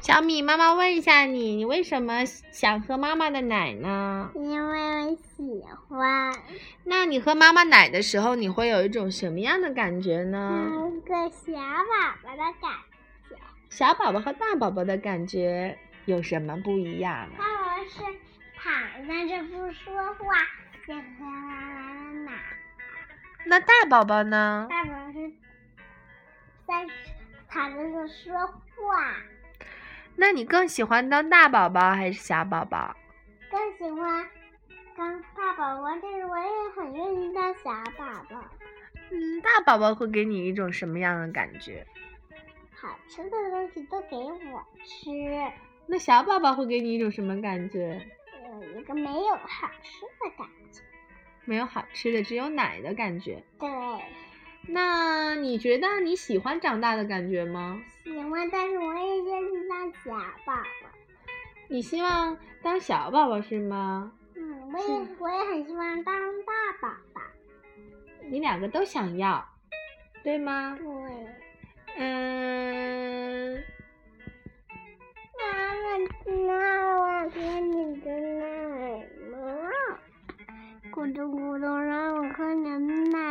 小米，妈妈问一下你，你为什么想喝妈妈的奶呢？因为我喜欢。那你喝妈妈奶的时候，你会有一种什么样的感觉呢？有一个小宝宝的感觉，小宝宝和大宝宝的感觉有什么不一样？啊大宝宝是躺在这不说话，就喝妈妈的奶。那大宝宝呢？大宝宝是在躺在这说话，那你更喜欢当大宝宝还是小宝宝？更喜欢当大宝宝，但是我也很愿意当小宝宝。嗯，大宝宝会给你一种什么样的感觉？好吃的东西都给我吃，那小宝宝会给你一种什么感觉？有一个没有好吃的感觉。没有好吃的，只有奶的感觉。对，那你觉得你喜欢长大的感觉吗？喜欢，但是我也愿意当小宝宝。你希望当小宝宝是吗？嗯，我也我也很希望当大宝宝。你两个都想要，对吗？对，嗯，妈妈，那我喝你的奶吗？咕嘟咕嘟，让我喝你的奶